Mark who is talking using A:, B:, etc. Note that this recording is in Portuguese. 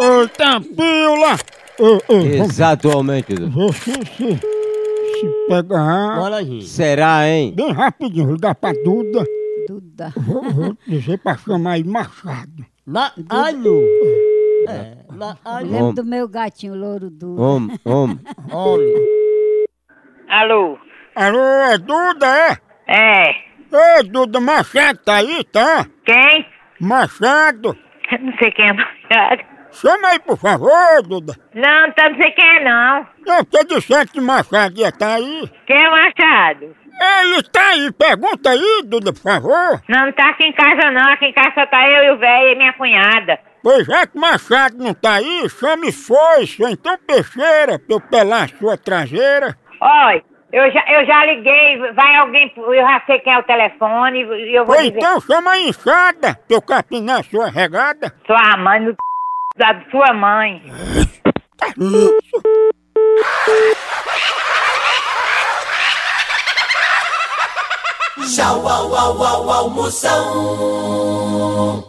A: Eita, pila! Ô, ô,
B: Exatamente, Dudu.
A: vamos ver se, se, se pegar
C: Bora, gente.
B: Será, hein?
A: bem rapidinho, vou dar pra Duda.
D: Duda.
A: Vou, vou dizer pra chamar aí Machado.
C: Na alho. É, na alho.
D: Lembro
B: Homem.
D: do meu gatinho, louro Duda.
B: Homem, homem.
C: Homem.
E: Alô?
A: Alô, é Duda, é?
E: É.
A: Ô, Duda, Machado tá aí, tá?
E: Quem?
A: Machado,
E: Não sei quem é Machado.
A: chama aí, por favor, Duda.
E: Não, tá não sei quem é, não.
A: Não, você dissesse que Machado ia tá aí.
E: Quem é Machado?
A: Ele tá aí, pergunta aí, Duda, por favor.
E: Não, não tá aqui em casa, não. Aqui em casa só tá eu e o velho e minha cunhada.
A: Pois já que Machado não tá aí, chame foice, ou então peixeira, pra eu pelar a sua traseira.
E: Oi, eu já, eu já liguei. Vai alguém... Eu já sei quem é o telefone e eu vou
A: Ou
E: dizer...
A: então chama a enxada, pra eu capinar a sua regada.
E: Sua mãe no... c... da sua mãe.
F: Tchau, au, au, au, almoção.